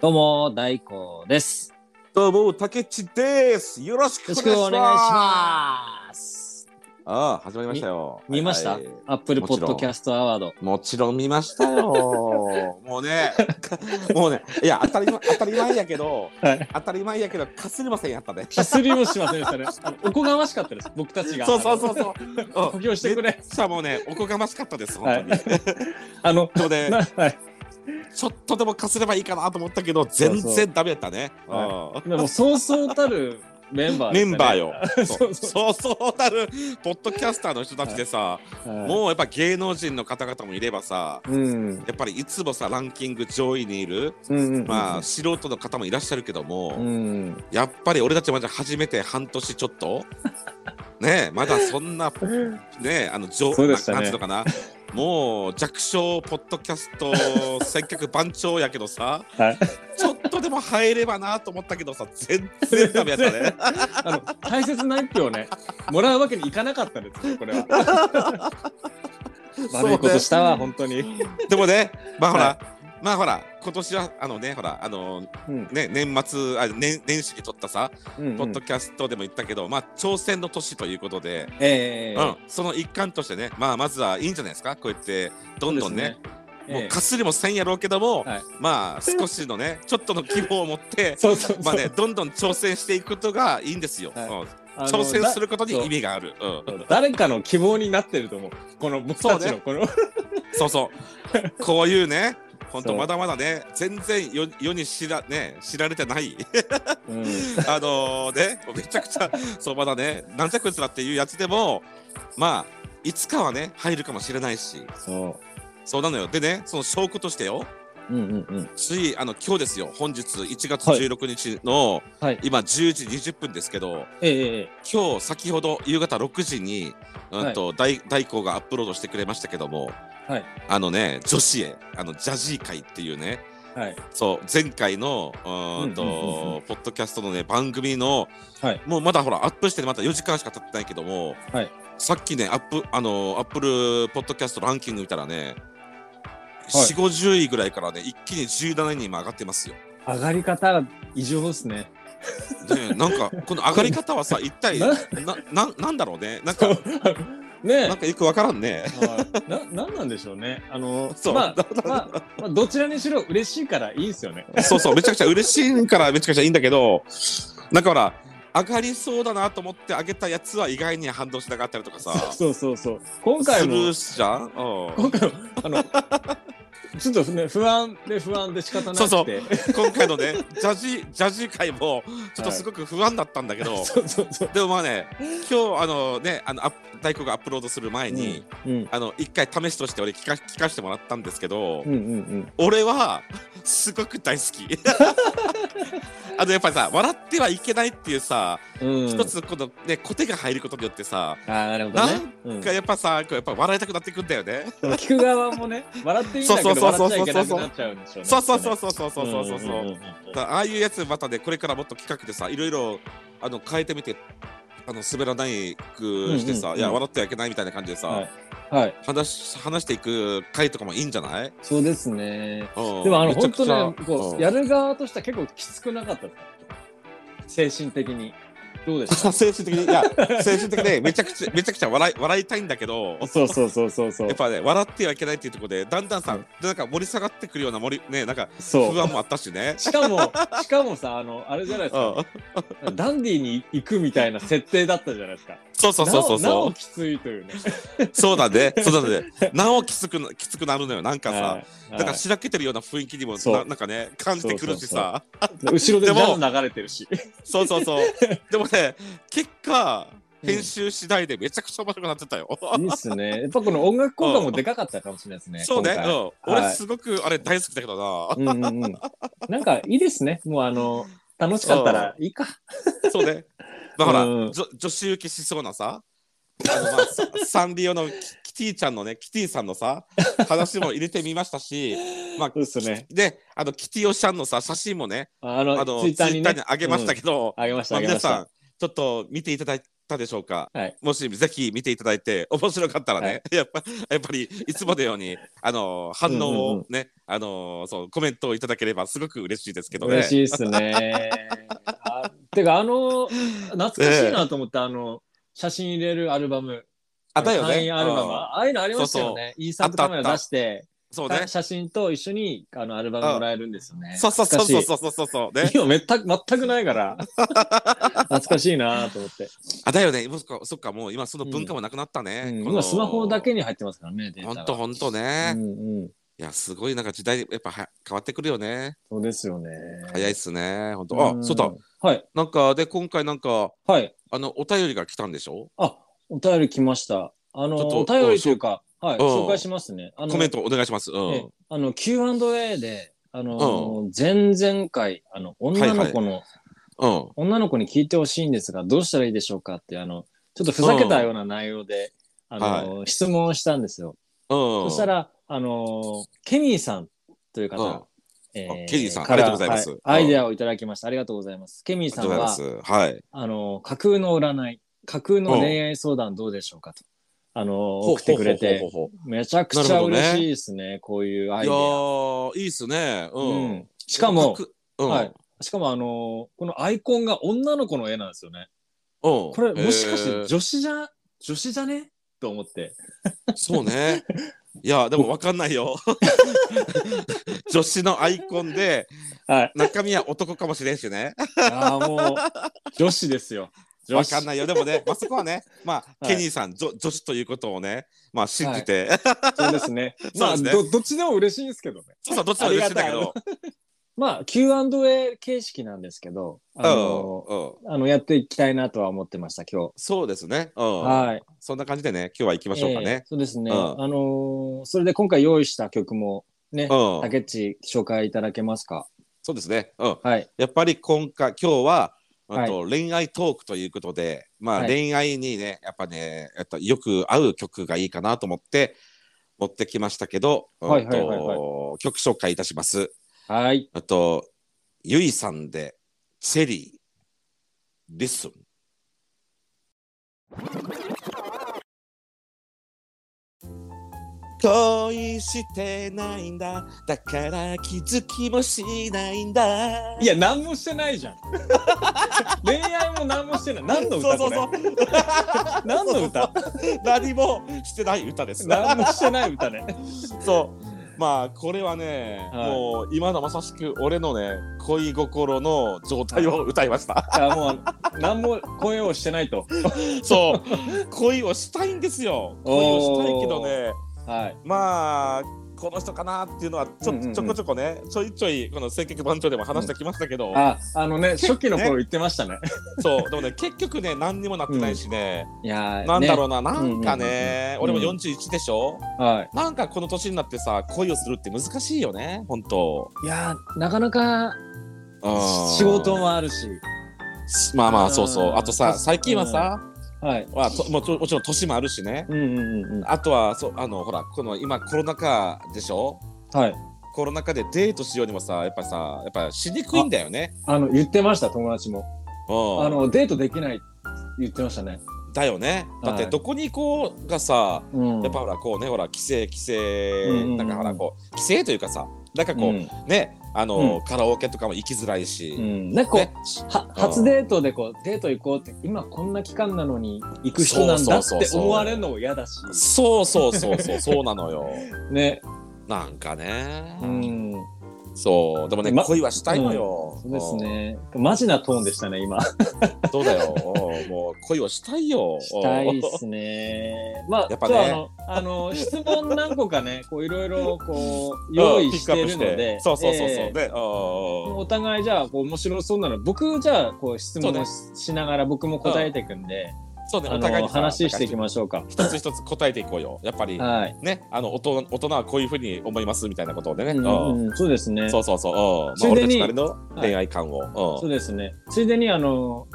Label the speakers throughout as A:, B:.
A: どうも、大光です。
B: どうも、たけちです。よろし
A: よろ
B: くお
A: しく
B: 願いし
A: お願
B: ます。
A: いします。
B: ああ、始まりましたよ。
A: 見ました
B: はいはい
A: アップル
B: も
A: ポ
B: ち
A: ッ
B: ろ
A: ド
B: ん
A: キャストアワード。
B: もちろん見ました よ。もうね、もうね、いや、当たり前、当たり前やけど、
A: はい
B: 当たり前やけど、かすりませんやったね。
A: かすりもしませんでしたね。 おこがましかったです、僕たちが。。
B: そうそうそううそう。
A: 補強してく
B: れ。
A: れ。
B: さあもうね、おこがましかったです、
A: は
B: 本
A: い
B: 当に。
A: あの、
B: でもね
A: なはい。
B: ちょっとでもかすればいいかなと思ったけど、全
A: そうそ
B: 然ダメやったね。うん
A: でもそうそうたるメンバーでし
B: メ
A: たね
B: ンバー。よ。
A: そ
B: そう
A: そう
B: うそうそうたる、ポッドキャスターの人たちでさ、
A: はい
B: もうやっぱ芸能人の方々もいればさ、
A: うん。
B: やっぱりいつもさランキング上位にいる、
A: うん。
B: まあ、素人の方もいらっしゃるけども、
A: うん。
B: やっぱり俺たちまだ初めて半年ちょっ とねえまだそんなねえあの上
A: そうでしたね
B: なんつうのかなもう弱小ポッドキャス トせっかく番長やけどさ
A: はい。
B: ちょっとでも入ればなと思ったけどさ全然ダメやったね
A: あの、大切な一票ね、もらうわけにいかなかったですね、これは。 悪いことしたわ、本当に。
B: でもねまあほら、
A: は
B: まあほら今年はあのねほらあの
A: うん。
B: ね年末あ年年始に撮ったさ
A: うん
B: ポッドキャストでも言ったけど、まあ挑戦の年ということで、
A: ええ
B: うん、その一環としてね、まあまずはいいんじゃないですか、こうやってどんどんね、
A: そうですね。
B: もうかすりもせんやろうけども、
A: はい
B: まあ少しのね、ちょっとの希望を持 って、
A: そうそうそう。
B: まあね、どんどん挑戦していくことがいいんですよ。
A: はい
B: うん
A: あの
B: 挑戦すること
A: だ
B: に意味がある。うん、
A: だ誰かの希望になってると思う。この僕たち
B: そう
A: の
B: ね
A: この。
B: そうそう、こういうね、本
A: そ
B: 当
A: う
B: まだまだね、全然世世に知ら,、ね、知られてない。
A: うん
B: あのね、めちゃくちゃ、そうまだね、なんじゃこいつらっていうやつでも、まあ、いつかはね、入るかもしれないし、
A: そ
B: そうなのよ。でね、その証拠としてよ、
A: う。うんうんうん。
B: つい、あの、今日ですよ、本日1月
A: はい
B: 16日の、
A: はい。
B: 今10時20分ですけど、
A: ええええ
B: 今日先ほど夕方6時に、うんと、大大光がアップロードしてくれましたけども、
A: はい
B: あのね、女子へ、あの、ジャジー会っていうね、
A: はい。
B: そう前回のうーんと、
A: うんうんうんう
B: ポッドキャストのね番組の、
A: はい
B: もうまだほらアップしてまだ4時間しか経ってないけども、
A: はい
B: さっきねアップあのアップルポッドキャストランキング見たらね、
A: はい
B: 4 5 0位ぐらいからね一気に17位に今上がってますよ。
A: 上がり方が異常ですね。
B: ね、なんかこの上がり方はさ一体
A: な
B: なななんだろうねなんか
A: ね
B: なんかよくわからんね。
A: え。はいな、なんなんでしょうね。あの、
B: そう
A: まあ、まあ、まあ、どちらにしろ嬉しいからいいですよね。
B: そうそうめちゃくちゃ嬉しいからめちゃくちゃいいんだけどなんかほら上がりそうだなと思って上げたやつは意外に反動しなかったりとかさ。
A: そうそうそう。今回
B: スル
A: も
B: ー、じゃん、うん
A: 今回も、あの、ちょっとね、不安で不安で仕方なくて。
B: そうそう今回のねジャジジャジ会もちょっとすごく不安だったんだけ ど、
A: そうそうそう。
B: でもまあね今日あのねあのアップ大工がアップロードする前に、
A: うん。
B: あの一回試しとして俺聞か聞かせてもらったんですけど、
A: うんうんうん。
B: 俺はすごく大好き あのやっぱりさ笑ってはいけないっていうさ、
A: うん
B: 一。つこのねコテが入ることによってさ
A: ああ、なるほどね。うん
B: やっぱさこうやっぱ笑いたくなってくんだよね。
A: で も聞く側もね、笑っていいんだけど、
B: そうそ
A: 笑っち
B: うそう
A: ゃ
B: そ
A: いうけなくなっちゃうんでしょうね。
B: そうそうそううそうそうそうそうそうそう。
A: んんんん
B: だからああいうやつまたねこれからもっと企画でさいろいろあの変えてみてあの滑らないくしてさ、
A: うんうんうん
B: いや笑ってはいけないみたいな感じでさ、
A: はいはい、
B: 話し話していく回とかもいいんじゃない、
A: そうですね。
B: うん
A: でもあの、
B: めちゃ
A: 本
B: くち
A: 当
B: ゃ
A: ね、こ
B: う
A: う、
B: ん
A: やる側としては結構きつくなかったです。精神的に。どうでし
B: 精神的にいや精神的にめちゃくちゃめちゃくちゃ笑い笑いたいんだけど
A: たそうそうそうそうそう
B: やっ。ぱね笑ってはいけないっていうところでだんだんさ、
A: うん
B: なんか盛り下がってくるような盛りねなんか
A: そ
B: 不
A: う。
B: 安もあったしね。
A: しかも、しかもさ、あの、あれじゃないです
B: うん
A: か、ダンディに行くみたいな設定だったじゃないですか。
B: そうそうそうそう
A: なおな
B: そ
A: おきついというね。
B: うそうだねそうだねなおきつくなきつくなるのよなんかさ、
A: はい
B: なんか
A: はい
B: しらけてるような雰囲気にも
A: そう
B: ななんかね感じてくるしさ
A: 後ろで
B: でも
A: ジャズ流れてるし。
B: そうそうそう でもね結果編集次第でめちゃくちゃ面白くなってたよ、
A: いいっすね。やっぱこの音楽効果もでかかったかもしれないですね。
B: そうね、
A: 今
B: う
A: 回
B: ん、
A: は
B: 俺
A: い
B: すごくあれ大好きだけどな、
A: うんうんうん。なんかいいですね。もうあの、楽しかったらいいか。
B: そうねだから、
A: うん
B: じょ女子受けしそうなさあの、まあ、ササンリオのキキティちゃんのねキティさんのさ話も入れてみましたしまあ
A: そうですね。
B: であのキティオちゃんのさ写真もね
A: あ
B: あ
A: の、
B: の
A: ツイッターにね。
B: あげましたけど、
A: あげました、
B: まあ、
A: あげま
B: 皆
A: し
B: さん
A: た。
B: ちょっと見ていただたでしょうか、
A: はい
B: もしぜひ見ていただいて面白かったらね、
A: は
B: やっぱ やっぱりいつものようにあの反応をね、あのそうコメントをいただければすごく嬉しいですけどね
A: 嬉しいですね。あてか、あの、懐かしいなと思った、あの、写真入れるアルバム。
B: あだよ
A: サイ
B: ね
A: ンアルバム。
B: うん
A: ああいうのありましたよね。インスタントカメラ出して、
B: そうね
A: 写真と一緒にあのアルバムもらえるんですよね。
B: そうそうそう
A: 懐かしい
B: そうそうそうそうね
A: 今めった全くないから、 懐かしいなと思って。
B: あだよねもうそっかそっかもう今その文化もなくなったね、
A: うん
B: この
A: 今スマホだけに入ってますからね、デー
B: ほ
A: タ
B: ん
A: が
B: とほんとね、
A: う
B: い
A: んうん。
B: やすごいなんか時代やっぱは変わってくるよね
A: そうですよね。
B: 早いっすねほんとあ
A: ん
B: そうだ。
A: はい、
B: なんかで今回なんか
A: はい。
B: あのお便りが来たんでしょ
A: あ、お便り来ました。あの、
B: ちょっと
A: お便りというか、はい、
B: うん
A: 紹介しますね。あの
B: コメントお願いします。うん。
A: ええあの Q&A で、あの、前々回、あの、女の子の、
B: うん。
A: 女の子に聞いてほしいんですが、どうしたらいいでしょうかって、あの、ちょっとふざけたような内容で、あの、質問をしたんですよ。
B: そ
A: そした、ら、あの、ケニーさんという
B: う
A: 方、
B: ん。あ
A: えー
B: あケニーさん
A: から
B: ありがとうございます
A: はアイデアをいただきました。ありがとうございます。ケニー
B: りが
A: さ
B: と
A: ん
B: うございま
A: は、
B: す。はい。
A: あの、架空の占い、架空の恋愛相談どうでしょうかと、あの、送ってくれて、
B: ほうほうほうほ
A: めちゃくちゃ嬉しいですね、こういうア
B: う
A: イ
B: い
A: デア。
B: やー、いいっすね。う。
A: うんん、しかも
B: か、く、うん。
A: はいしかもあのーこのアイコンが女の子の絵なんですよね。
B: こ
A: これもしかして女子じゃ、女子じゃねと思って。
B: そうね。いや、でもわかんな いよ。女子のアイコンで、
A: はい。
B: 中身は男かもしれんしね。
A: ああ、もう、女子ですよ。女
B: わ
A: 子。
B: かんないよ。でもね、まあ、そこはね、まあ、
A: はい
B: ケニーさん、女女子ということをね、まあ、信じて、
A: そうですね。まあ、
B: そうですね
A: ど、どっちでも嬉しいんですけどね。
B: そうそう、どっちも嬉しいんだけ
A: あり
B: ど、
A: まあ、Q&A 形式なんですけど、あのー
B: うん、うん。
A: あの、やっていきたいなとは思ってました、今日。
B: そうですね。うん。
A: はい。
B: そんな感じでね、今日は行きましょうか
A: え
B: ね
A: ー。そうですね。
B: うん
A: あのーそれで今回用意した曲も、ね、
B: うん。
A: 竹内紹介いただけますか。
B: そうですね。うん。
A: はい。
B: やっぱり今回、今日は、
A: はい
B: あと恋愛トークということで、まあ
A: はい
B: 恋愛にね、やっぱね、えっとよく合う曲がいいかなと思って持ってきましたけど、
A: はい
B: うんと
A: はいはい
B: 曲紹介いたします。
A: はい。
B: あと、ゆいさんで、チェリー、リスン。恋してないんだ、だから気づきもしないんだ。
A: いや、何もしてないじゃん。 恋愛も何もしてない。何の歌
B: そう
A: こ
B: そう
A: れ
B: そう
A: 何の歌
B: 何もしてない歌です。
A: 何もしてない歌ね。
B: そう。まあこれはね、
A: はい
B: もう今のまさしく俺のね恋心の状態を歌いました。
A: あもう、何も声をしてないと。
B: そう。恋をしたいんですよ。恋をしたいけどね、
A: はい。
B: まあこの人かなっていうのはちょ,、
A: うんうんうん
B: ちょこちょこねちょいちょいこの「選曲番長」でも話してきましたけど、
A: あ、あのね、初期の頃言ってましたね。
B: そうでもね結局ね何にもなってないしね、
A: いやー
B: なんだろ
A: ね
B: うな、なんかね、
A: うんうんうん
B: 俺も41でしょ、
A: はい。
B: なんかこの年になってさ恋をするって難しいよね本当
A: いやーなかなか仕事もあるし。
B: しまあまあそうそううんあとさ最近はさ、
A: はい。
B: まあ、ともちろんもちろん年もあるしね
A: うんうんうんうん。
B: あとはそうあのほらこの今コロナ禍でしょ
A: はい。
B: コロナ禍でデートしようにもさやっぱさやっぱしにくいんだよね
A: あの、言ってました、友達も。
B: うん
A: あの、デートできないって言ってましたね。
B: だよねだって
A: はい
B: どこに行こうがさ
A: うん。
B: やっぱほらこうねほら規制規
A: うんうんう
B: 制
A: ん
B: なんかほらこう規制というかさなんかこう、
A: うん
B: ねあの、
A: うん
B: カラオケとかも行きづらいし、
A: うん、なんかこう、
B: ね
A: は初デートでこうデート行こうって今こんな期間なのに行く人なんだって
B: そうそうそうそう
A: 思われるのも嫌だし
B: そうそうそうそう そうなのよ
A: ね
B: なんかね、
A: うん
B: そうでもね、
A: ま
B: 恋はしたいのよ、
A: そうですねマジなトーンでしたね今
B: うんそうだようんもう恋をしたいよ
A: したいっ
B: うん
A: すねまあ
B: やっぱね
A: ちょっとあのあの質問何個か ねこういろいろこう用意してるの
B: ピックアッ
A: で
B: プしてそうそうそうそ
A: え
B: う、
A: え
B: ねうん
A: お互いじゃあこう面白そうなの僕じゃあこう質問
B: そうね
A: をししながら僕も答えていくんで、
B: そうね
A: あ
B: お互い
A: の
B: にさ
A: 話していきましょうか
B: 一つ一つ答えていこうよやっぱり
A: はい、
B: ねあの大人大人はこういうふうに思いますみたいなことでね、
A: うん
B: うん
A: うんそうですね
B: そうそうそう、うん
A: ついでに
B: まあ、俺たちなりの恋愛観を、うん
A: そうですね。ついでにあの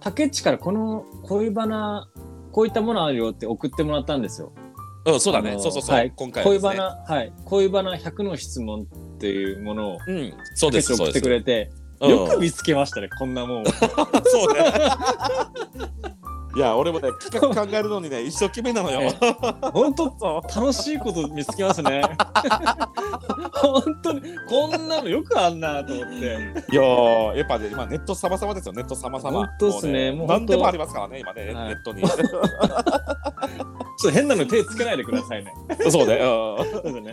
A: 竹内からこの恋バナこういったものあるよって送ってもらったんですよ。
B: うんそうだね、
A: あの
B: そうそうそう、
A: はい
B: 今回はで
A: 恋
B: すね
A: バナはい恋バナ100の質問っていうものを
B: うんそう
A: 竹
B: で
A: 内
B: すそ
A: 送っ
B: う
A: て
B: です
A: くれて
B: うん
A: よく見つけましたねこんなもんを。
B: そうねいや俺もね企画考えるの にね一生懸命なのよ。
A: 本当楽しいこと見つけますね。本当にこんなのよくあんなと思って。
B: いやーやっぱね今ネット様々ですよネット様々。
A: 本当っすねもう
B: もう
A: 本
B: 何
A: 当
B: でもありますからね今ね、
A: はい
B: ネットに。
A: ち ょっと変なの手つけないでくださいね。
B: そうね。うん
A: そうですね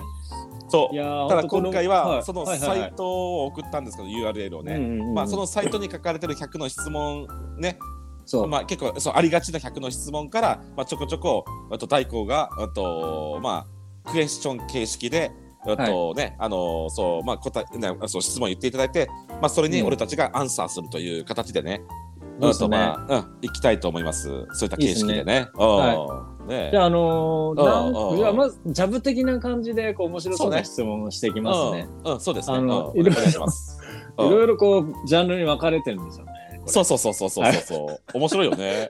B: そ。
A: いうやー本
B: ただ
A: 当この
B: 今回
A: は
B: はいその
A: はい
B: サ
A: はいはい
B: イトを送ったんですけど URL をね。
A: うんうんうん
B: まあそのサイトに書かれてる100の質問ね
A: そう、
B: まあ、結構そうありがちな100の質問から、まあ、ちょこちょこあと大光があと、まあ、クエスチョン形式で。あとね、あのそうまあ答えねそう質問言っていただいて、まあそれに
A: うん
B: 俺たちがアンサーするという形でね、
A: そう
B: あ
A: です
B: と
A: ね
B: まあうん行きたいと思います。そういった形式でね、うん
A: は
B: ね
A: じゃあ、あのー
B: うん
A: な
B: うん
A: んじゃあまず、ジャブ的な感じで、こう、面白そう
B: そう
A: な
B: ね
A: 質問をしていきますね。
B: うん、うんそうですね。
A: あの
B: うん
A: いろいろ
B: お願いします。うん
A: いろいろこう、ジャンルに分かれてるんですよね。
B: そうそうそうそうそうそう、面白いよね。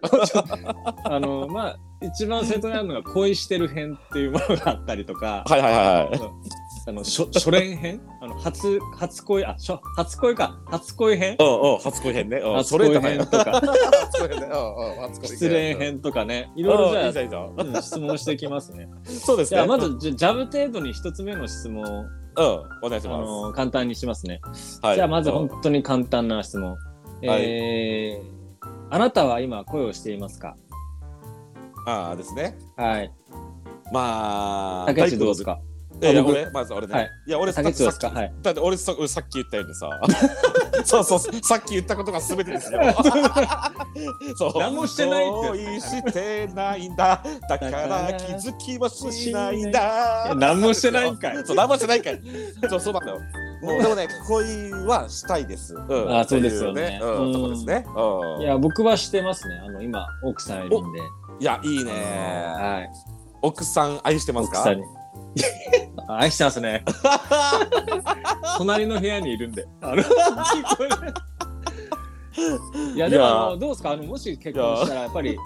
A: あのーまあ、一番正当にあるのが、恋してる編っていうものがあったりとか、
B: はいはいはいはい。
A: あの、初初恋編あの、初、初恋、あ、初初恋か。初恋編
B: うんうん、初恋編ね。うん、
A: 初
B: それ
A: 恋
B: だね
A: 編。とか、
B: 初恋編ねうんうん初恋
A: 失恋。編とかね、い
B: いろ
A: ろ
B: い
A: い
B: ろ
A: ろ
B: じ
A: じ
B: ゃあ、い
A: ゃ
B: いぞ
A: あ、
B: いいぞ
A: うん質問していきますね。
B: そうです
A: じ
B: ね。
A: ゃあ、まず、じゃジャブ程度に一つ目の質問を、
B: うん、お願いし
A: あ
B: ま
A: のー簡単にしますね。
B: す。はい
A: じゃあまず本当に簡単な質問。
B: はい
A: えーあなたは今恋をしていますか
B: ああですね。
A: はい。
B: まあ、
A: 竹内どうですか
B: 大工のいや、
A: あ僕
B: 俺、まず俺
A: は
B: ね
A: い。
B: いや、俺、さ
A: 竹内どうですか
B: さっ
A: はい。
B: きだって俺さ、俺さっき言ったようにさ。 そうそう、さっき言ったことが全てで すよ。そう
A: 何もしてないって
B: そう恋してないんだ。だか
A: だから
B: ら気づきはしな いんだ。
A: 何もしてないんかい
B: そう、何もしてないんかい。そう、そうなんだよ。もうでもね、恋はしたいです。うん
A: あそうですよね
B: っていううん、
A: うん
B: とこですね。うん
A: いや、僕はしてますね。あの、今、奥さんいるんで。
B: いや、いいね。
A: はい。
B: 奥さん愛してます
A: 奥
B: か
A: さんに。 あ愛してますね。 隣の部屋にいるんで。あの、聞こえ ない。いや、で
B: い
A: も、
B: や
A: あのどうですかあの、もし結婚したら、やっぱり、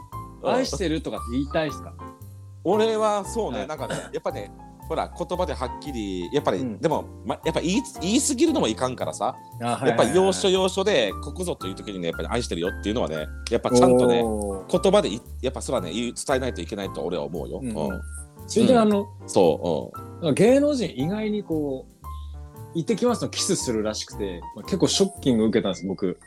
A: 愛してるとかって言いたいですか
B: 俺はそうね、
A: はい
B: なんかねやっぱねほら言葉ではっきりやっぱり、
A: うん
B: でも、ま、やっぱ言い言い過ぎるのもいかんからさ、
A: や
B: やっぱ要所要所でここぞという時にねやっぱり愛してるよっていうのはねやっぱちゃんとね
A: ね。
B: 言葉でいやっぱそれはね言い伝えないといけないと俺は思うよ、
A: うん
B: うん
A: それで、あの、
B: そ
A: 芸能人意外にこう「行ってきます」のキスするらしくて、まあ、結構ショッキング受けたんです僕
B: う、うん、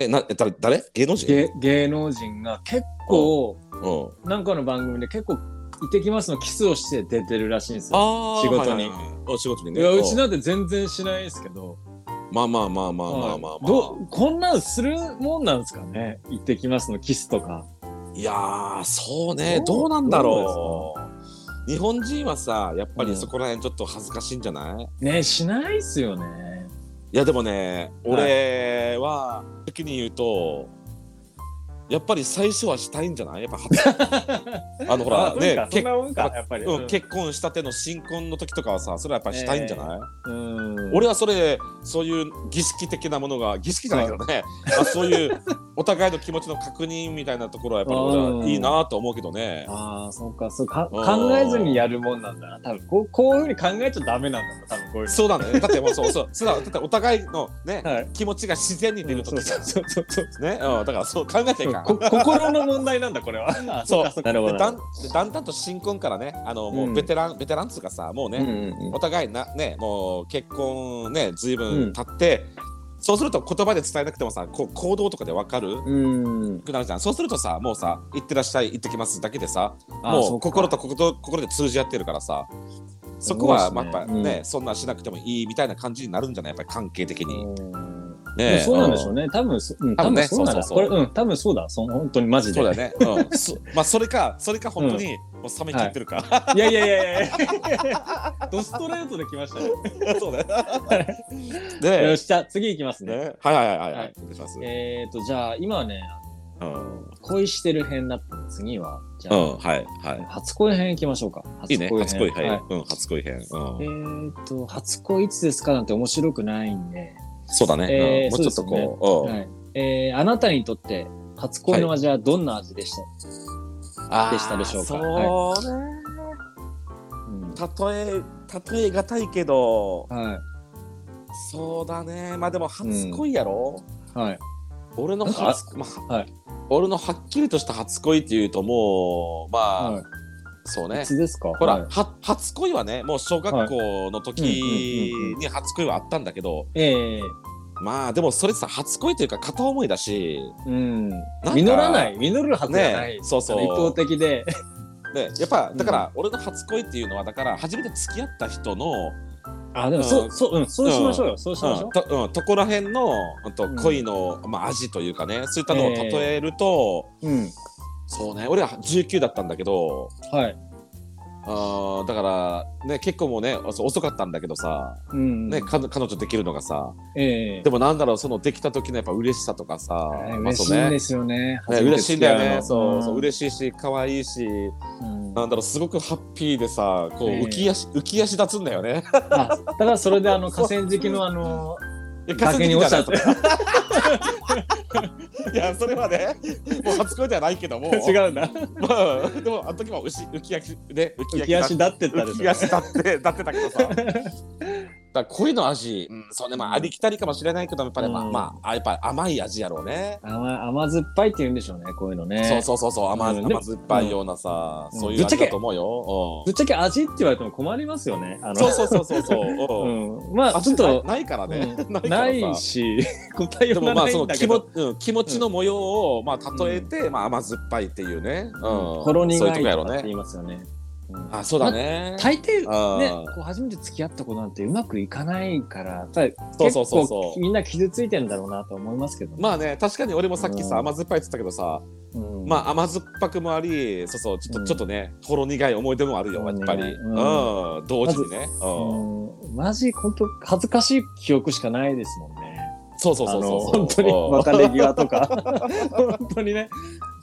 B: えなえ誰誰芸能人、
A: 芸芸能人が結構
B: うん、
A: なんかの番組で結構「行ってきます」のキスをして出てるらしいんですよ。
B: あー
A: 仕事に
B: はいはいはいお仕事に
A: い
B: ね
A: やうち
B: ん
A: なんて全然しないですけど、
B: まあまあまあまあまあまあまあ、
A: はいどうこんなんするもんなんですかね「行ってきます」のキスとか。
B: いやーそうね
A: どう
B: どうなんだろう日本人はさやっぱりそこら辺ちょっと恥ずかしいんじゃない、い
A: ねしないっすよね。
B: やでもね俺は時に言うとやっぱり最初はしたいんじゃないやっぱ 初あのほら
A: あそう
B: ね
A: かそ
B: け
A: んなもんかやっぱり。
B: うん、結婚したての新婚の時とかはさそれはやっぱりしたいんじゃない、
A: うん
B: 俺はそれそういう儀式的なものが儀式じゃないけどね、あ、そういうお互いの気持ちの確認みたいなところはやっぱり俺はいいなと思うけどね。
A: ああ、そうか、そうか、
B: うん
A: 考えずにやるもんなんだな。多分こう、こういうふうに考えちゃダメなんだな、多分こういう
B: そうなんだよね。だってもうそうそう。そうだだってお互いのね、
A: の。はい。
B: 気持ちが自然に出ると
A: そう
B: き
A: そうそうそうそう
B: ね、うん、だからそう考えちゃいかん。
A: こ心の問題なんだこれは
B: そう
A: なるほ
B: で
A: ど
B: だんでだんだんと新婚からね、あのもううんベテラン、ベテランっつうかさ、もうね、お互いなね、もう結婚ね、ずいぶん経って、そうすると言葉で伝えなくてもさ、こう行動とかでわかる。
A: うん
B: くなるじゃんそうするとさもうさ「行ってらっしゃい行ってきます」だけでさ
A: あ
B: も
A: そううか
B: 心と心と心で通じ合ってるからさそこは
A: そうっす
B: ま
A: ね
B: あやっぱね、
A: う
B: そんなしなくてもいいみたいな感じになるんじゃないやっぱり関係的に、
A: で
B: ね
A: もそうなんでしょうね多分そうん多
B: 多分ね
A: 分そうなんだ
B: そう
A: こ
B: そ
A: れ
B: うそう
A: うん多分そうだその本当にマジで
B: そうだよね。うん。そまあそれかそれか本当にもう冷めきってるか。
A: いやいやいやい やドストレートで来ましたね
B: そうだよ。
A: よ
B: で、
A: しじゃあ次いきますね
B: ね、はいはいはいは
A: はい
B: い。お願いします。
A: えっとじゃあ今はね
B: うん。
A: 恋してる編だったの次はじゃ
B: う
A: あ
B: んはいは
A: 初恋編いきましょうか。
B: い。いいね。初恋編
A: はい。
B: うん初恋編。う
A: えー
B: ん。
A: っと、初恋いつですかなんて面白くないんで、
B: そうだね。
A: え
B: うん
A: ー
B: もうちょっとこう
A: は
B: うん。
A: いえーあなたにとって初恋の味はどんな味でした、
B: あー
A: でしたでしょうか
B: そうね。
A: うん
B: 例え例えがたいけど、
A: はい。
B: そうだね。まあでも初恋やろ。
A: はい。
B: 俺の
A: なんか
B: 初まあ
A: はい
B: 俺のはっきりとした初恋っていうともうまあ、
A: はい
B: そうね
A: いつですか
B: ほら、
A: はい
B: は初恋はねもう小学校の時
A: はいうんうんうんうん
B: に初恋はあったんだけど、
A: ええ
B: まあでもそれってさ初恋というか片思いだし
A: うん
B: なんか
A: 実らない実るはずがな
B: ね
A: い、
B: そうそう
A: 一方的 で
B: でやっぱだから俺の初恋っていうのはだから初めて付き合った人の、
A: あでも
B: う
A: そ
B: ん
A: そううんそうしましょうよそうし
B: う
A: ま
B: ん
A: しょう
B: とうんとこら辺の、うん、と
A: うん
B: 恋の、まあ、味というかねそういったのを例えると、
A: うん
B: そうね俺は19だったんだけど
A: はい
B: あーだから、ね、結構もうねそう遅かったんだけどさ、
A: うん
B: ね、彼彼女できるのがさ
A: ええ
B: でもなんだろうそのできた時のやっぱ嬉しさとかさ、
A: ええ
B: まあ
A: 嬉
B: そう
A: しいん
B: ね
A: ですよね
B: ね嬉しいんだよねそうそう
A: れ
B: 嬉しいし可愛いし
A: うん
B: なんだろうすごくハッピーでさこう
A: ええ
B: 浮き足、浮き足立つんだよね。
A: あだからそれであの河川敷のあの
B: いや
A: 崖に落ちたと
B: か。 いやそれはねもう初恋ではないけども
A: 違うな
B: まあ、でもあの時もうし浮き足ね浮
A: 浮き足立ってったで
B: 浮
A: しょ
B: き足立って立ってたけどさだから恋の味、うん、そうねまあありきたりかもしれないけどやっぱり、まあ
A: うん
B: まああやっぱり甘い味やろうね、
A: 甘甘酸っぱいって言うんでしょうねこういうのね
B: そうそうそうそう甘,、
A: うん
B: 甘酸っぱいようなさ、
A: うん
B: そう
A: う
B: い
A: んぶ
B: う
A: っち
B: 味
A: ゃけ
B: だと思うよ、
A: ぶっちゃけ味って言われても困りますよねあ
B: うん、
A: の
B: そうそうそうそうそう、うん
A: うん、まあちょっと
B: なないからね、
A: うん
B: ないから
A: な
B: さ
A: いし答え
B: で
A: よう
B: も
A: が
B: まあ
A: ない
B: そ
A: ん
B: の
A: だ
B: 気
A: け
B: 持
A: ど
B: ち、うん、気持ちの模様をまあ例えて、まあ甘酸っぱいっていうね、うん、
A: ほろ苦
B: そうい
A: いう
B: と
A: と
B: こ
A: か
B: やろ
A: って
B: ね
A: 言。いますよね。うん
B: あ、そうだね。
A: 大抵
B: あー
A: ね、こう初めて付き合った子なんてうまくいかないから、ただ
B: そうそうそうそう
A: 結構みんな傷ついてんだろうなと思いますけどね。
B: まあね、確かに俺もさっきさ、
A: うん
B: 甘酸っぱいって言ったけどさ、
A: うん
B: まあ甘酸っぱくもあり、そうそう、ちょっと、
A: うん
B: ちょっとね、ほろ苦い思い出もあるよ、やっぱり。う、
A: うんん
B: 同時にね。う、
A: うんんマジ本当恥ずかしい記憶しかないですもんね。
B: そうそうそうそう。
A: あの本当に
B: うん
A: 別れ際と か本当にね。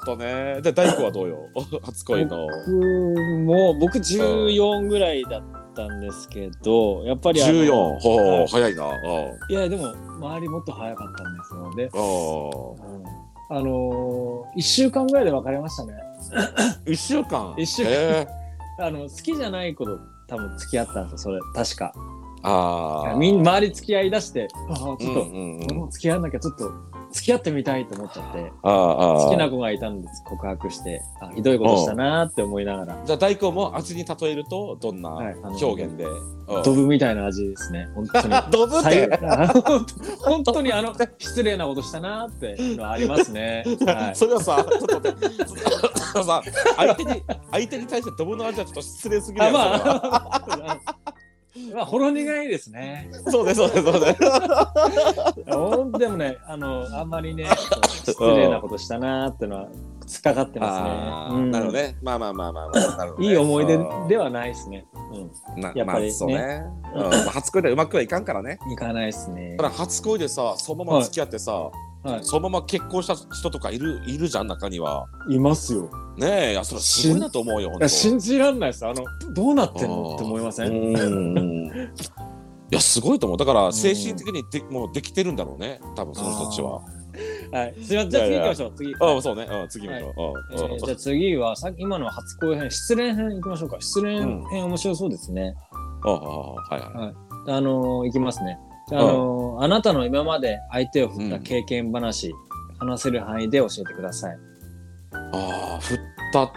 B: ほんとね。で、大工はどうよ、 初恋の。
A: 僕も僕14ぐらいだったんですけど、やっぱりあの
B: 14、ほうほ
A: は
B: う、
A: い
B: 早いな。うん
A: いやでも周りもっと早かったんですよで、
B: う
A: あのー、1週間ぐらいで別れましたね
B: ん。一週間。
A: 一週間
B: え
A: あの好きじゃない子と多分付き合ったんですよそれ確か
B: ーああ。
A: みん周り付き合いだしてああちょっ
B: う
A: と、
B: んうんう
A: 俺
B: ん。
A: も付き合わなきゃちょっと付き合ってみたいと思っちゃって
B: ああああ。
A: 好きな子がいたんです告白してあひどいことしたなーって思いながら
B: じゃあ大根も味に例えるとどんな
A: はいあの
B: 表現で、うん
A: ドブみたいな味ですね本当に
B: ドブって
A: 最あの本当にあの失礼なことしたなーっていうのはありますねはい
B: それはさ、ちょっと待って、そのさ相手に相手に対してドブの味はちょっと失礼すぎる
A: あ
B: やつ、
A: ま
B: まあ、
A: あ まあほろ苦いですね
B: そうねそうねそうね。
A: ほんでもね、あの、あんま りね、失礼なことしたなーってのは、突っかかってま
B: あ
A: す
B: ー
A: ね。うん
B: なるほど。ね。まあまあまあまあ、まあなるほどね、
A: いい思い出で
B: は
A: はないですね。
B: や
A: やっ
B: っぱ
A: ぱ
B: り、
A: りね
B: まあ、そうね。うんまあ初恋でうまくはいかんからね。
A: うん。いかないですね
B: ほ。ら初恋でさ、そのまま付き合ってさ、
A: は
B: そのまま結婚した人とかいるいるじゃん中には。
A: い。いますよ。
B: ねえ、いやそれはすごいなと思うよ。
A: い
B: 本当
A: や、信じらんないです。あの、どうなってんのって思いません
B: うんいやすごいと思うだから精神的にで、もうできてるんだろうね多分その人たちは
A: はい。すいません。じゃあ
B: いやい
A: 次
B: や
A: 行きましょう。次。
B: あそうね、うん、次見よ
A: え
B: う、うんうん
A: ーじゃあ次は、さっき今の初恋編、失恋編行きましょうか。失恋
B: うん
A: 編面白そうですね。
B: ああはいは
A: あのー、いきますね。あのー、あなたの今まで相手を振った経験話、話せる範囲で教えてください。
B: いああ振った振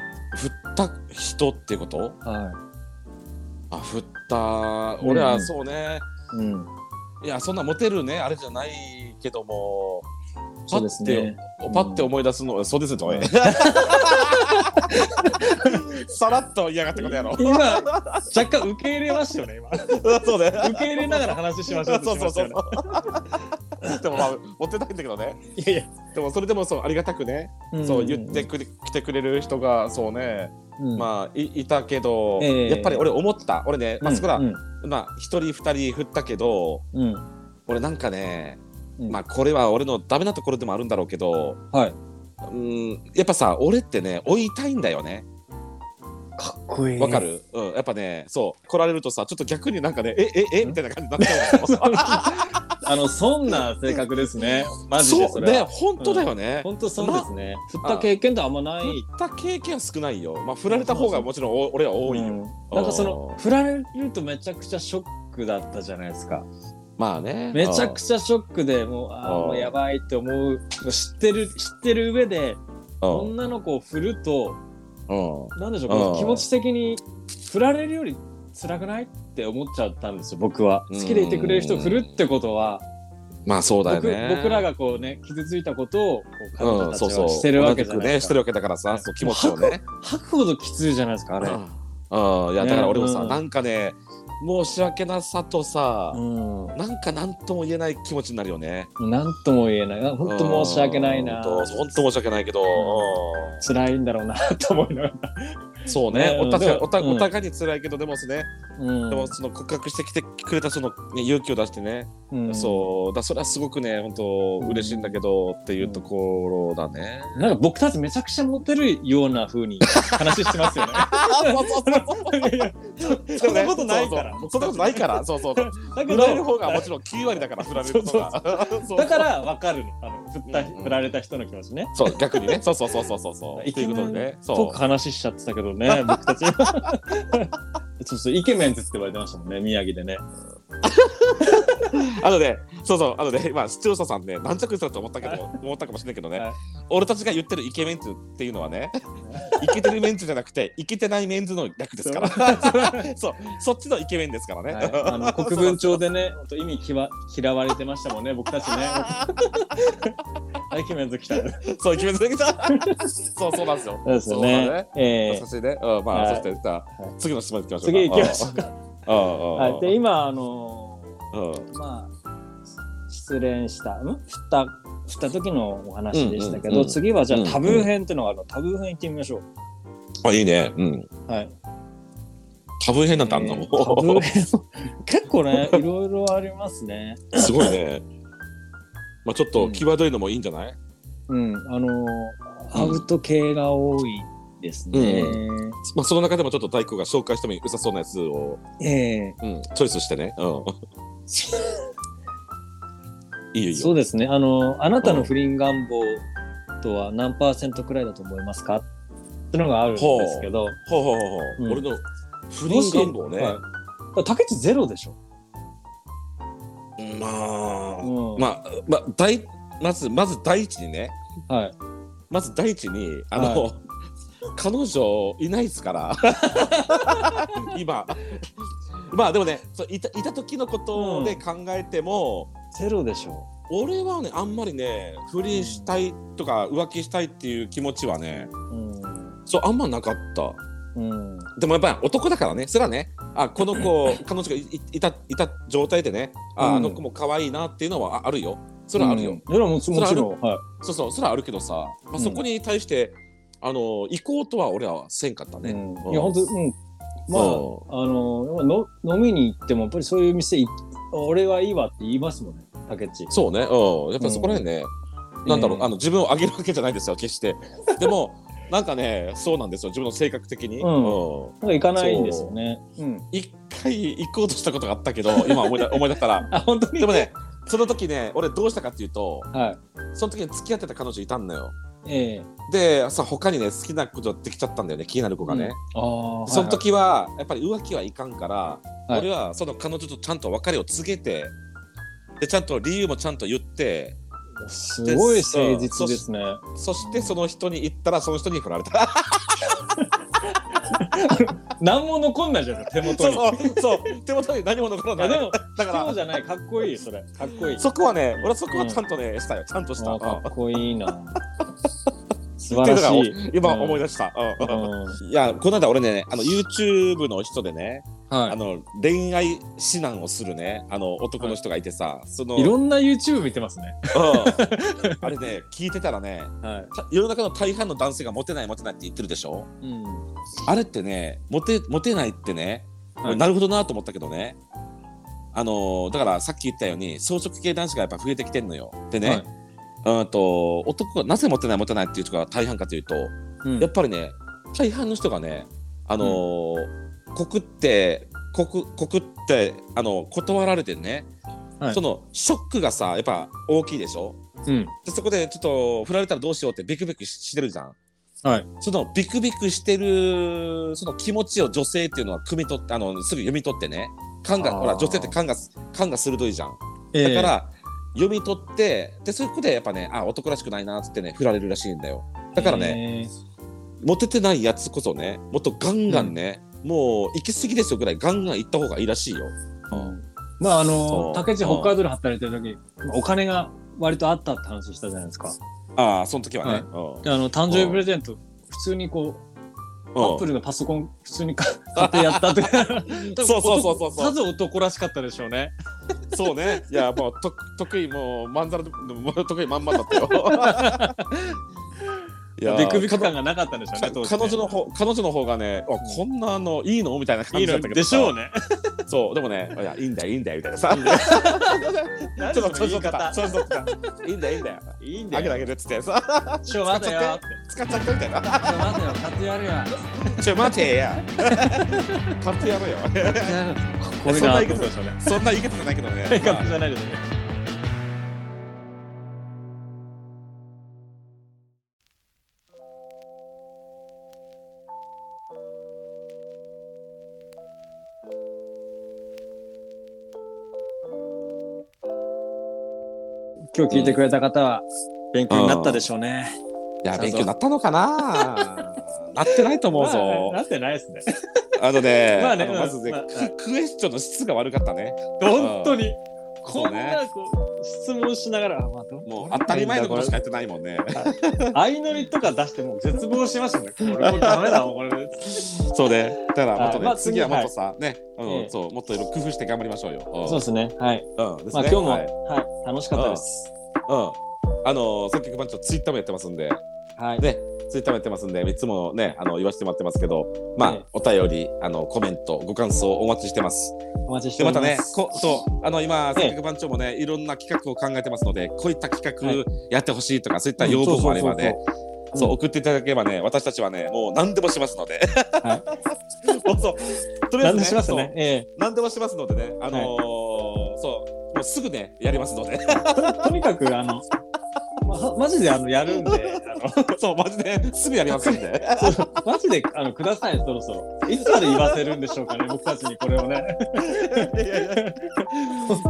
B: った人ってこと
A: は
B: あ振った
A: うん
B: 俺はそうね、
A: い。うん。
B: いやそんなモテるねあれじゃないけども
A: そうですね。
B: パッてパッて思い出すの、そうですねとかね さらっと嫌がってことやろ
A: 今、若干受け入れましたよね、今。
B: そうね
A: 受け入れながら話しましょうと
B: そう
A: し
B: そ
A: ま
B: う
A: した
B: そ
A: よ
B: う
A: ね。
B: でもまあモテたいんだけどね
A: いやいや、
B: でもそれでもそうありがたくね、そう言ってくれ来てくれる人がそうね、
A: うん、あ、
B: まあいいたけど、
A: ええ
B: やっぱり俺思った俺ね、まあ、そこら、
A: うん、
B: まあ一人二人振ったけど
A: うん
B: 俺なんかね、
A: うん
B: まあこれは俺のダメなところでもあるんだろうけど
A: はい。
B: うんやっぱさ俺ってね追いたいんだよね
A: かっこいい。
B: わかる、うん、やっぱねそう来られるとさちょっと逆になんかねえええみたいな感じになっちゃう の
A: あの、そんな性格ですね。マジで
B: そ
A: そうれ
B: ね
A: は。
B: 本当だよね、
A: 本当そうですね。振
B: ま
A: った経験ってあんまない。
B: 振った経験は少ないよ。まあ、振られた方がもちろんお俺は多いよ。
A: うんなんかその、振られるとめちゃくちゃショックだったじゃないですか。
B: まあね。
A: めちゃく
B: ち
A: ちゃショックでもう、あ
B: あー
A: あ、もうやばいって思う。知ってる、知ってる上で、
B: うん
A: 女の子を振ると、
B: うん
A: なんでしょう、
B: うん
A: この気持ち的に振られるより辛くないって思っちゃったんですよ、僕は。
B: うん
A: 好きでいてくれる人を振るってことは、
B: まあそうだよ
A: 僕
B: ね
A: 僕らがこうね、傷ついたことをこう彼
B: う
A: 女
B: ん、
A: た
B: そう
A: ち
B: そう
A: はしてるわけじゃない
B: 同じくね
A: で
B: し
A: す
B: て
A: か。
B: るわけだからさそう気持ちをね
A: 吐くほどきついじゃないですか、あれ。
B: うん、いやだから俺もさ、
A: うん
B: なんかね申し訳なさとさ、
A: うん
B: なんか何とも言えない気持ちになるよね。
A: なんとも言えない。あ本当申し訳ないな。
B: 本当申し訳ないけど、
A: う辛いんだろうなと思いながら。
B: そうね
A: ね
B: お互い
A: うん
B: お互い
A: うん
B: お互いに辛いけどでもですね、
A: うん
B: でもその告白してきてくれたその、ね、勇気を出してね、
A: うん
B: そうだそれはすごくね本当嬉しいんだけど、っていうところだね。
A: なんか僕たちめちゃくちゃモテるような風に 話してます よね。いやいやそんなことないから。
B: そうそうそんなことないからそうそうそう
A: だ
B: 振られる方がもちろん9割だから振られる方がそう
A: だからわかるの。あの振った、
B: うんうん
A: 振られた人の気持ちね。
B: そう逆にねそうそうそうそうそうそう
A: イ
B: ってい
A: ケ
B: うこ
A: メ
B: と
A: ン
B: でね
A: と
B: そう
A: か話しちゃってたけど ね、僕たち。そうそう、イケメンズって言われてましたもんね、宮城でね。
B: あのねそうそうあのね今視聴者さんね軟着したと思ったけど思ったかもしれないけどね、
A: はい
B: 俺たちが言ってるイケメンズっていうのはねイケてるメンズじゃなくてイケてないメンズの略ですから そうそっちのイケメンですからね、
A: はい、あ の国分町でね、本当意味きわ嫌われてましたもんね、僕たちね。 あイケメンズ来た。
B: そうイケメンズだけ どそうそうなんですよ
A: そうですよ
B: そうだ
A: ね。ええ
B: 優しいね、うんまあ、
A: はい
B: そしてじゃあ
A: はい
B: 次の質問いきましょうか
A: 次行きましょうか。
B: うん
A: はい、
B: うん
A: で、今、あの
B: うんうん
A: ーまあ、失恋した、ん振った、振った時のお話でしたけ
B: うんうんう
A: ど、
B: ん
A: 次はじゃ
B: う
A: あ
B: んうん
A: タブー編っていうのがあるの、タブー編行ってみましょう。
B: あいいねうん
A: はい。
B: タブー編なんてあんだ
A: え
B: もん、
A: ータブー編結構ね、いろいろあります ね。
B: すごいねまあちょっと際どいのもいいんじゃない、
A: うん、あのーアウト系が多いですね。
B: まあその中でもちょっと大工が紹介しても良さそうなやつを、
A: ええ
B: うん、チョイスしてねうんいいよいい
A: そ
B: よ
A: うですね。あの、あなたの不倫願望とは何パーセントくらいだと思いますかってのがあるんですけど。
B: ほうほうほうほう、
A: うん
B: 俺の不倫願望ね、
A: はいだから竹内ゼロでしょ。
B: まあ、
A: うん
B: まあまあ大まずまず第一にね
A: はい。
B: まず第一にあの、
A: は
B: 彼女いないですから 今まあでもねそういたいた時のことで考えても、
A: ゼロでしょ。
B: 俺はねあんまりね不倫したいとか浮気したいっていう気持ちはね
A: うん。
B: そうあんまなかった
A: うん。
B: でもやっぱり男だからねそれはねあこの 子彼女がいいいたいた状態でねあ,、
A: うん
B: あの子も可愛いなっていうのはああるよそれはあるよ、
A: うん。ゼロもち
B: れは
A: も
B: あ
A: ち
B: る
A: ろん。はい。
B: そうそうそれはあるけどさ、ま
A: う
B: あ、
A: ん
B: そこに対して、あの行こうとは俺はせんかったね、
A: うん、いや、本当うん。まあ、
B: そ
A: あのの、飲みに行っても、やっぱりそういう店い、俺はいいわって言いますもんね、竹内。
B: そうねうんやっぱりそこら辺ね、なんだろう、
A: うん
B: あの自分をあげるわけじゃないですよ決 してでもなんかねそうなんですよ自分の性格的に、
A: うん
B: うん
A: なんか行かないんですよね。うん。
B: 一回行こうとしたことがあったけど今思い出 思い出したら
A: あ、本当に
B: でもねその時ね俺どうしたかっていうと
A: はい。
B: その時に付き合ってた彼女いたんだよ
A: ええ
B: でさ他にね好きなことできちゃったんだよね気になる子がね、
A: うんああ。
B: その
A: はいはい
B: 時はやっぱり浮気はいかんから、
A: はい
B: 俺はその彼女とちゃんと別れを告げてでちゃんと理由もちゃんと言って
A: すごい誠実ですね。
B: そしてその人に言ったらその人に振られた
A: 何も残んないじゃん手元
B: そう
A: に。い
B: そうそう手元に何も残らな
A: や
B: い
A: でも
B: だから
A: そうじゃないかっこいいそれかっこいい。
B: そこはね俺はそこはちゃんとね、したよちゃんとした
A: あーか
B: うん
A: っこいいな。 素
B: っ
A: 晴
B: ていう
A: ら
B: のが
A: しい。
B: 今
A: うん
B: 思い出した、うんうん
A: うん
B: いやこの間俺ねあの YouTube の人でね、あ
A: は
B: の恋愛指南をするねあの男の人がいてさ、その
A: い。いろんな YouTube 見てますね。
B: うんあれね聞いてたらね
A: はい。
B: た世の中の大半の男性がモテないモテないって言ってるでしょ
A: うん。
B: あれってねモテモテないってね、
A: はい
B: なるほどなと思ったけどねあのだからさっき言ったように草食系男子がやっぱ増えてきてんのよでね、
A: はい
B: うんと男がなぜモテないモテないっていう人が大半かというと、
A: うん
B: やっぱりね大半の人がねあのー告って告告ってあの断られてね、
A: はい
B: そのショックがさやっぱ大きいでしょ
A: うん。
B: でそこでちょっと振られたらどうしようってビクビクししてるじゃん。
A: はい
B: そのビクビクしてるその気持ちを女性っていうのは汲み取ってあのすぐ読み取ってね感が
A: あー
B: ほら女性って感が感が鋭いじゃん。
A: え
B: だ
A: え
B: か。ら、読み取ってでそういうことでやっぱねあ男らしくないなっつってね振られるらしいんだよだからね、
A: ね。
B: モテてないやつこそねもっとガンガンね、もう行き過ぎですよぐらいガンガン行った方がいいらしいよ
A: うんまああ
B: そ
A: の
B: う
A: 竹地北海道で働いてる時お金が割とあったって話したじゃないですか。
B: ああその時はね、
A: はい
B: うん
A: あの誕生日プレゼント普通にこう
B: うん
A: アップルのパソコン普通に買買ってやったって
B: そうそうそうそうそう
A: 数男らしかったでしょうね。
B: そうね。いや、もう、と、得意、もう、まんざら、もう得意まんまだったよ。いや
A: 出首感がなかったんでしょうね。当時ね
B: 彼女の方、彼女の方がね、あ、こんなあの、いいのみたいな感
A: いい
B: じだ
A: の
B: ったけど。
A: でしょう
B: ね。
A: ね。
B: そう、でもね、いや、いいんだよ、いいんだよ、みたいなさ。
A: 何
B: ち
A: そ
B: ょっ
A: の
B: と、ちょ
A: 言
B: っと、
A: い
B: ちょっと
A: 方。
B: そうそうそういいんだよ、いいんだよ。
A: いいんだ
B: あげるあ
A: よ。
B: げるっつってさ、
A: ちょ待てよって。
B: 使っちゃったみたいな。
A: ちょ待てよ買ってやる や。
B: ちょ、待てや。買ってやろうよ。
A: これ
B: そん
A: が
B: な
A: あっ
B: 言
A: た
B: い方
A: でしょうね。
B: そんな言い方じゃないけどね。
A: 正確じゃないですね。今日聞いてくれた方は勉強になったでしょうね。
B: いや、勉強になったのかな。なってないと思うぞ。
A: なってないですね。
B: あのね、
A: まあね
B: のまずね、
A: まあ
B: ククエスチョンの質が悪かったね。
A: 本当に。
B: そ
A: こ
B: うんね
A: なこう質問しながら、あまあど
B: もう当たり前のことしかやってないもんね。
A: 相乗りとか出してもう絶望しましたね。これもうダメだもん、これ。
B: そうね。だから、もっとね、
A: まあ
B: 次
A: 次
B: はもっとさ、ね、うん、
A: ええ
B: そう、もっといろいろ工夫して頑張りましょうよ。うん、
A: そうですね。はい。
B: うんですね。
A: まあ今日も、
B: は
A: はいい、楽しかったです。
B: うん。あのー、作曲番長、ツイッターもやってますんで、
A: はい。
B: ね、ツイッターもやってますんで、いつもね、あの、言わせてもらってますけど、まあ、
A: ええ
B: お便り、あの、コメント、ご感想お待ちしてます。
A: お待ちして
B: で、
A: お
B: ま
A: り
B: た
A: ます。
B: ね、こそう、あの、今、
A: ええ
B: 作曲番長もね、いろんな企画を考えてますので、こういった企
A: は
B: 画やってほしいとか、そういった要望もあればね、
A: うん
B: そう、送っていただければね、私たちはね、もう何でもしますので。
A: は
B: もうそう。とりあ
A: 何で
B: えず、ね、
A: もします
B: そう
A: ね。。え
B: 何でもしますのでね、あのーそう、もうすぐね、やりますので。
A: えとにかく、あの、ま、マジであのやるんで、
B: そう、マジで、すぐやりま すんで。
A: あのそうマジであのください、そろそろ。いつまで言わせるんでしょうかね、僕たちにこれをね。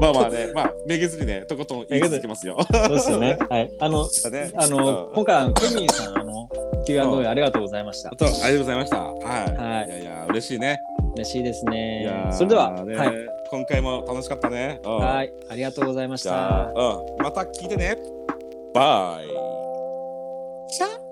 B: まあまあね、まあ、めげずにね、とことん言い続けますよ。
A: そうですよね。はい。あの、
B: ね
A: あの、
B: うん
A: 今回、あのケミーさん、あの、Q&A ありがとうございました
B: あ。と、ありがとうございました。はい。
A: はい
B: やいや、嬉しいね。
A: 嬉しいです
B: いや
A: ね
B: ー。
A: それでは、
B: ね
A: はい。
B: 今回も楽しかったね。うん
A: はい。ありがとうございまし
B: じゃ
A: た
B: あ、。うん、また聞いてね。バイ。チャ